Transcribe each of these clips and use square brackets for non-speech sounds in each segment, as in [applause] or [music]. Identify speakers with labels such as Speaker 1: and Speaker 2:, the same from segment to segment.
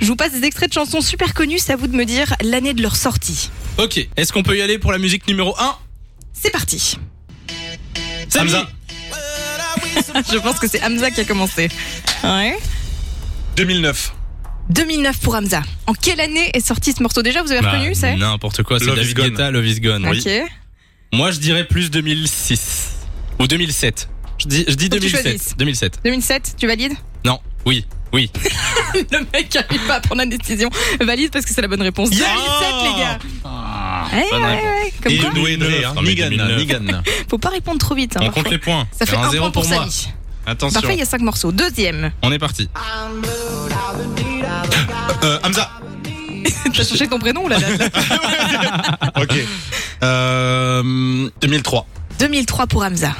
Speaker 1: Je vous passe des extraits de chansons super connues, c'est à vous de me dire l'année de leur sortie.
Speaker 2: Ok, est-ce qu'on peut y aller pour la musique numéro 1
Speaker 1: C'est parti. [laughs]
Speaker 2: Hamza,
Speaker 1: [laughs] Je pense que c'est Hamza qui a commencé. Ouais.
Speaker 3: 2009.
Speaker 1: 2009 pour Hamza. En quelle année est sorti ce morceau Déjà, vous avez
Speaker 2: Bah,
Speaker 1: reconnu, c'est
Speaker 2: N'importe quoi, c'est
Speaker 3: Love is
Speaker 2: David
Speaker 3: Gone.
Speaker 2: Guetta, Love is Gone.
Speaker 1: Ok.
Speaker 2: oui. Moi, je dirais plus 2006 ou 2007. Je dis, je dis
Speaker 1: Faut que tu
Speaker 2: 2007.
Speaker 1: choisisses.
Speaker 2: 2007.
Speaker 1: 2007, tu valides [laughs]
Speaker 2: Non, oui, oui.
Speaker 1: Le mec arrive pas à prendre la décision. Valide parce que c'est la bonne réponse. 2007, les gars. [laughs] Ouais,
Speaker 2: bonne
Speaker 1: ouais,
Speaker 2: réponse.
Speaker 1: ouais. Comme
Speaker 3: Et
Speaker 1: quoi,
Speaker 2: Ah. nous-
Speaker 3: Noé Noé, hein.
Speaker 2: Non, mais
Speaker 3: Nigan,
Speaker 2: 2009.
Speaker 3: Nigan.
Speaker 1: faut pas répondre trop vite. hein,
Speaker 2: On
Speaker 1: parfois.
Speaker 2: compte les points.
Speaker 1: Ça fait un, point
Speaker 2: zéro
Speaker 1: pour,
Speaker 2: moi.
Speaker 1: Samy.
Speaker 2: Attention,
Speaker 1: Parfait, il y a cinq morceaux.
Speaker 2: [laughs]
Speaker 1: Deuxième.
Speaker 2: on est parti.
Speaker 1: Ah.
Speaker 3: Euh, Hamza.
Speaker 1: T'as changé ton prénom là, là,
Speaker 2: [laughs]
Speaker 1: là.
Speaker 3: [laughs] Ok. Euh, 2003.
Speaker 1: 2003 pour Hamza.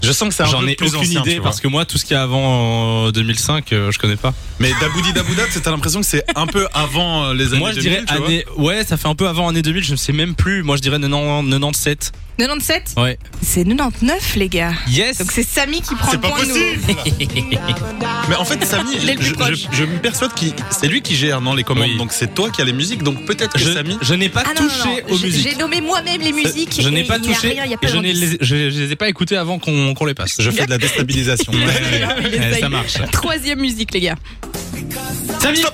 Speaker 3: Je sens que c'est un
Speaker 2: J'en
Speaker 3: jeu
Speaker 2: ai
Speaker 3: plus
Speaker 2: aucune
Speaker 3: ancien, tu
Speaker 2: idée
Speaker 3: vois.
Speaker 2: parce que moi, tout ce qui est avant euh, 2005, euh, je connais pas.
Speaker 3: Mais Daboudi Daboudat, c'est- t'as l'impression que c'est un peu avant euh, les années
Speaker 2: Moi, je dirais
Speaker 3: 2000, tu vois.
Speaker 2: année. Ouais, ça fait un peu avant année 2000. Je ne sais même plus. Moi, je dirais 90 97.
Speaker 1: 97
Speaker 2: Ouais.
Speaker 1: C'est 99, les gars.
Speaker 2: Yes.
Speaker 1: Donc c'est Samy qui prend
Speaker 3: C'est
Speaker 1: le
Speaker 3: pas
Speaker 1: point.
Speaker 3: possible
Speaker 1: [laughs]
Speaker 3: Mais en fait, Samy,
Speaker 1: Il est le
Speaker 3: je,
Speaker 1: plus proche.
Speaker 3: je- je me perçois que c'est lui qui gère non, les commandes,
Speaker 2: Oui.
Speaker 3: donc c'est toi qui as les musiques, donc peut-être que
Speaker 2: Je,
Speaker 3: Samy...
Speaker 2: je n'ai pas
Speaker 1: Ah non, non, non,
Speaker 2: touché aux
Speaker 1: j'ai-
Speaker 2: musiques.
Speaker 1: J'ai nommé moi-même les musiques.
Speaker 2: Euh, Je n'ai
Speaker 1: et
Speaker 2: pas
Speaker 1: il y a
Speaker 2: touché
Speaker 1: rien, il y a
Speaker 2: et
Speaker 1: pas
Speaker 2: je ne
Speaker 1: d'indice.
Speaker 2: les, je- je les ai pas écoutés avant qu'on qu'on les passe.
Speaker 3: Je fais de la déstabilisation.
Speaker 1: [laughs]
Speaker 2: [laughs] Ouais, ouais,
Speaker 1: Il
Speaker 2: ouais,
Speaker 1: essaye.
Speaker 2: ça marche.
Speaker 1: Troisième musique, les gars.
Speaker 3: Samy
Speaker 1: Ça,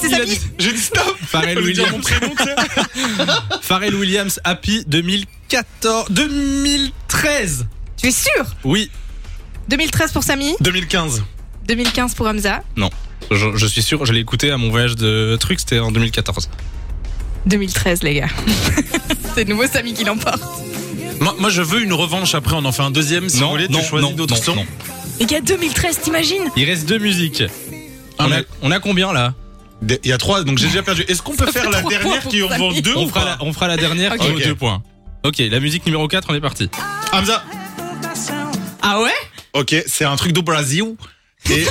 Speaker 1: c'est
Speaker 3: Il a
Speaker 1: Samy.
Speaker 3: dit- J'ai dit stop
Speaker 2: [laughs] Pharrell
Speaker 3: Je lui dis mon
Speaker 2: Williams,
Speaker 3: prénom, tu sais.
Speaker 2: [laughs] Pharrell Williams, Happy 2014, 2013.
Speaker 1: Tu es sûr
Speaker 2: Oui,
Speaker 1: 2013 pour Samy,
Speaker 3: 2015.
Speaker 1: 2015 pour Hamza,
Speaker 2: je, je suis sûr, je l'ai écouté à mon voyage de truc, c'était en 2014.
Speaker 1: 2013, les gars. [laughs] c'est de nouveau Samy qui l'emporte.
Speaker 3: Moi, moi, je veux une revanche après, on en fait un deuxième si vous voulez, tu choisis d'autres sons.
Speaker 1: Les gars, 2013, t'imagines
Speaker 2: Il reste deux musiques. On
Speaker 3: Ah,
Speaker 2: a,
Speaker 3: mais-
Speaker 2: on a combien là
Speaker 3: Des- Il y a trois, donc j'ai déjà perdu. Est-ce qu'on peut
Speaker 1: Ça
Speaker 3: faire
Speaker 1: fait
Speaker 3: la
Speaker 1: trois points
Speaker 3: dernière
Speaker 1: pour
Speaker 3: qui en vend
Speaker 1: Samy.
Speaker 3: deux
Speaker 2: on
Speaker 3: ou
Speaker 2: fera,
Speaker 3: pas
Speaker 2: la, on fera la dernière qui
Speaker 1: Ok.
Speaker 2: vaut deux points. Ok, la musique numéro 4, on est parti.
Speaker 3: Hamza
Speaker 1: Ah ouais
Speaker 3: Ok, c'est un truc de Brésil. Et, et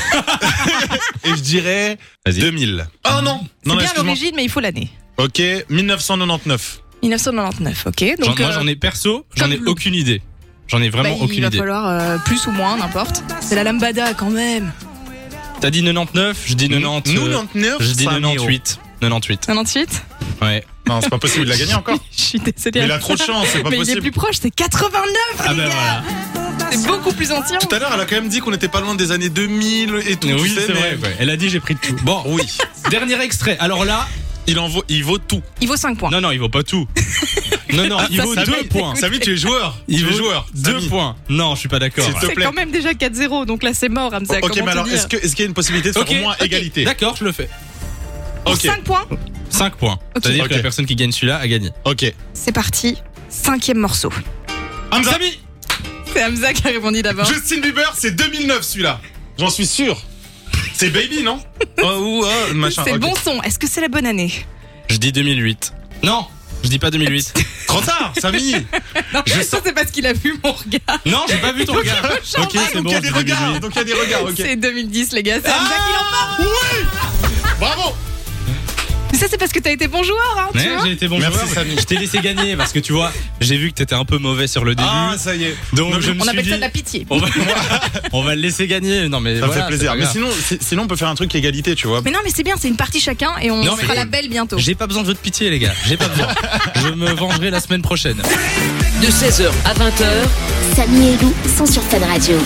Speaker 3: je dirais
Speaker 2: Vas-y.
Speaker 3: 2000. Oh non
Speaker 1: C'est
Speaker 3: Non,
Speaker 1: bien
Speaker 3: excuse-moi.
Speaker 1: l'origine, mais il faut l'année.
Speaker 3: Ok, 1999.
Speaker 1: 1999, ok.
Speaker 2: J'en-
Speaker 1: Donc,
Speaker 2: moi
Speaker 1: euh,
Speaker 2: j'en ai perso, j'en ai
Speaker 1: comme le-
Speaker 2: aucune idée. J'en ai
Speaker 1: bah,
Speaker 2: vraiment
Speaker 1: il
Speaker 2: aucune
Speaker 1: va
Speaker 2: idée.
Speaker 1: falloir euh, plus ou moins, n'importe. C'est la lambada quand même.
Speaker 2: T'as dit 99, je dis 90.
Speaker 3: Nous,
Speaker 2: euh,
Speaker 3: 99
Speaker 2: je dis
Speaker 3: ça,
Speaker 2: 98. 98.
Speaker 1: 98
Speaker 2: Ouais.
Speaker 3: Non, c'est pas possible, il a gagné encore.
Speaker 1: [laughs] Je suis désolée.
Speaker 3: Mais il a trop de chance, c'est pas
Speaker 1: Mais il est
Speaker 3: possible.
Speaker 1: plus proche, c'est 89
Speaker 2: Ah
Speaker 1: les
Speaker 2: ben
Speaker 1: gars
Speaker 2: voilà.
Speaker 1: C'est beaucoup plus ancien
Speaker 3: Tout à l'heure, elle a quand même dit qu'on était pas loin des années 2000 et tout.
Speaker 2: Oui,
Speaker 3: tu sais,
Speaker 2: c'est
Speaker 3: mais-
Speaker 2: vrai. ouais. Elle a dit j'ai pris de tout. Bon, oui. [laughs] Dernier extrait. Alors là,
Speaker 3: Il, en vaut, il vaut tout.
Speaker 1: Il vaut 5 points.
Speaker 2: non, non, il vaut pas tout. Non, non, il
Speaker 1: Ah, ça,
Speaker 2: vaut
Speaker 1: ça
Speaker 2: deux
Speaker 1: mérite
Speaker 2: points.
Speaker 1: d'écouter.
Speaker 3: Samy, tu es joueur.
Speaker 2: Il
Speaker 3: tu es
Speaker 2: vaut
Speaker 3: joueur.
Speaker 2: deux
Speaker 3: Samy.
Speaker 2: points. Non, je suis pas d'accord.
Speaker 3: S'il te
Speaker 1: C'est
Speaker 3: plaît.
Speaker 1: quand même déjà 4-0, donc là c'est mort, Hamza.
Speaker 3: Ok, mais alors,
Speaker 1: dire
Speaker 3: est-ce que- est-ce qu'il y a une possibilité de faire
Speaker 2: Ok,
Speaker 3: au moins
Speaker 2: ok.
Speaker 3: égalité
Speaker 2: D'accord, je le fais.
Speaker 3: Ok,
Speaker 1: 5 points
Speaker 2: 5 points.
Speaker 1: Ok.
Speaker 2: C'est-à-dire
Speaker 3: Ok.
Speaker 2: que la personne qui gagne celui-là a gagné.
Speaker 3: ok.
Speaker 1: C'est parti, cinquième morceau.
Speaker 3: Hamza,
Speaker 1: C'est Hamza qui a répondu d'abord.
Speaker 3: Justin Bieber, c'est 2009 celui-là. J'en suis sûr. C'est
Speaker 2: [laughs]
Speaker 3: Baby, non Oh, ou, oh, [laughs] machin.
Speaker 1: C'est le
Speaker 3: ok.
Speaker 1: bon son, est-ce que c'est la bonne année
Speaker 2: Je dis 2008. Non, je dis pas 2008.
Speaker 3: Trop tard, Samy.
Speaker 1: [laughs] Non, ça c'est parce qu'il a vu mon regard.
Speaker 2: non, j'ai pas vu ton regard.
Speaker 1: [laughs]
Speaker 2: Ok,
Speaker 3: Ah,
Speaker 2: c'est
Speaker 3: donc
Speaker 2: bon.
Speaker 3: il y a
Speaker 2: je
Speaker 3: des
Speaker 2: dis
Speaker 3: regards.
Speaker 2: 2008.
Speaker 3: Donc il y a des regards, ok. Ah,
Speaker 1: C'est 2010 les gars, c'est Hamza qui l'emporte
Speaker 3: Bravo.
Speaker 1: Mais ça c'est parce que t'as été bon joueur, hein, tu
Speaker 2: Ouais,
Speaker 1: vois
Speaker 2: j'ai été bon
Speaker 3: Merci,
Speaker 2: joueur.
Speaker 3: Samy.
Speaker 2: Je t'ai laissé gagner parce que tu vois, j'ai vu que t'étais un peu mauvais sur le début.
Speaker 3: Ah, ça y est.
Speaker 2: donc
Speaker 3: non, mais
Speaker 2: je me
Speaker 1: On
Speaker 2: suis
Speaker 1: appelle ça
Speaker 2: dit,
Speaker 1: de la pitié.
Speaker 3: Oh.
Speaker 2: on va, [laughs] on va le laisser gagner. Non mais
Speaker 3: Ça
Speaker 2: voilà,
Speaker 3: fait
Speaker 2: c'est
Speaker 3: plaisir.
Speaker 2: pas
Speaker 3: Mais
Speaker 2: grave.
Speaker 3: sinon, si- sinon, on peut faire un truc égalité, tu vois.
Speaker 1: Mais non mais c'est bien, c'est une partie chacun et on
Speaker 2: Non, mais
Speaker 1: fera la
Speaker 2: cool.
Speaker 1: belle bientôt.
Speaker 2: J'ai pas besoin de votre pitié, les gars. J'ai pas [laughs] besoin. Je me vengerai la semaine prochaine.
Speaker 4: De 16h à 20h,
Speaker 5: Samy et Lou sont sur Fun Radio.